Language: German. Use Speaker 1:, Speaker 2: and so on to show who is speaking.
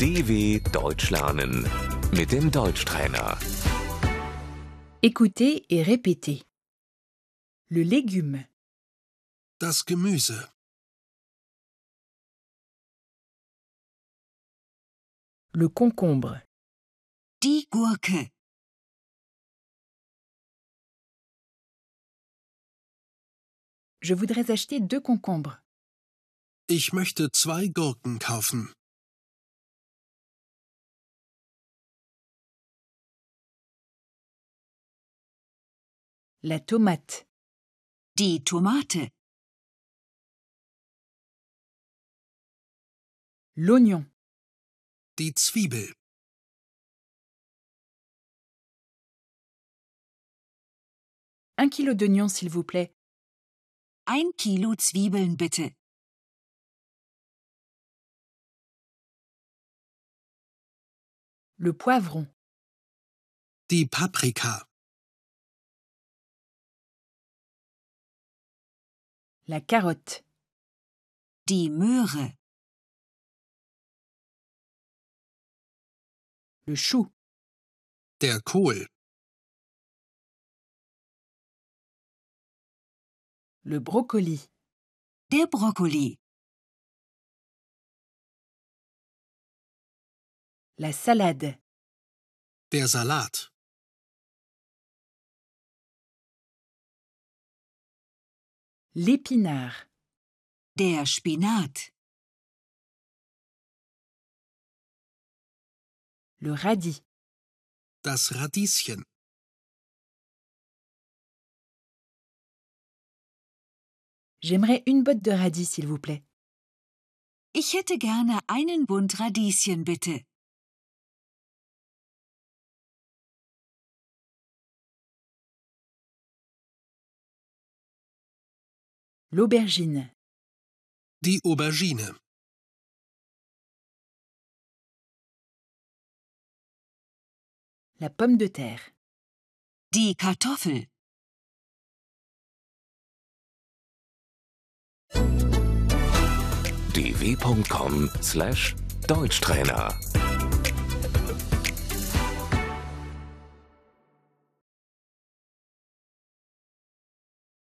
Speaker 1: DW Deutsch lernen mit dem Deutschtrainer.
Speaker 2: Écoutez et répétez. Le légume,
Speaker 3: Das Gemüse.
Speaker 2: le concombre,
Speaker 4: Die Gurke,
Speaker 2: je voudrais acheter deux concombres,
Speaker 3: Ich möchte zwei Gurken kaufen.
Speaker 2: la tomate,
Speaker 4: die Tomate,
Speaker 2: l'oignon,
Speaker 3: Die Zwiebel.
Speaker 2: un kilo d'oignons s'il vous plaît,
Speaker 4: ein Kilo Zwiebeln bitte,
Speaker 2: le poivron,
Speaker 3: Die Paprika.
Speaker 2: la carotte,
Speaker 4: die Möhre,
Speaker 2: le chou,
Speaker 3: Der Kohl.
Speaker 2: le brocoli,
Speaker 4: der Brokkoli,
Speaker 2: la salade,
Speaker 3: Der Salat.
Speaker 2: l'épinard,
Speaker 4: der Spinat,
Speaker 2: le radis,
Speaker 3: Das Radieschen.
Speaker 2: j'aimerais une botte de radis s'il vous plaît,
Speaker 4: Ich hätte gerne einen Bund Radieschen bitte,
Speaker 2: l'aubergine,
Speaker 3: Die Aubergine.
Speaker 2: la pomme de terre,
Speaker 4: die Kartoffel.
Speaker 1: dw.com/deutschtrainer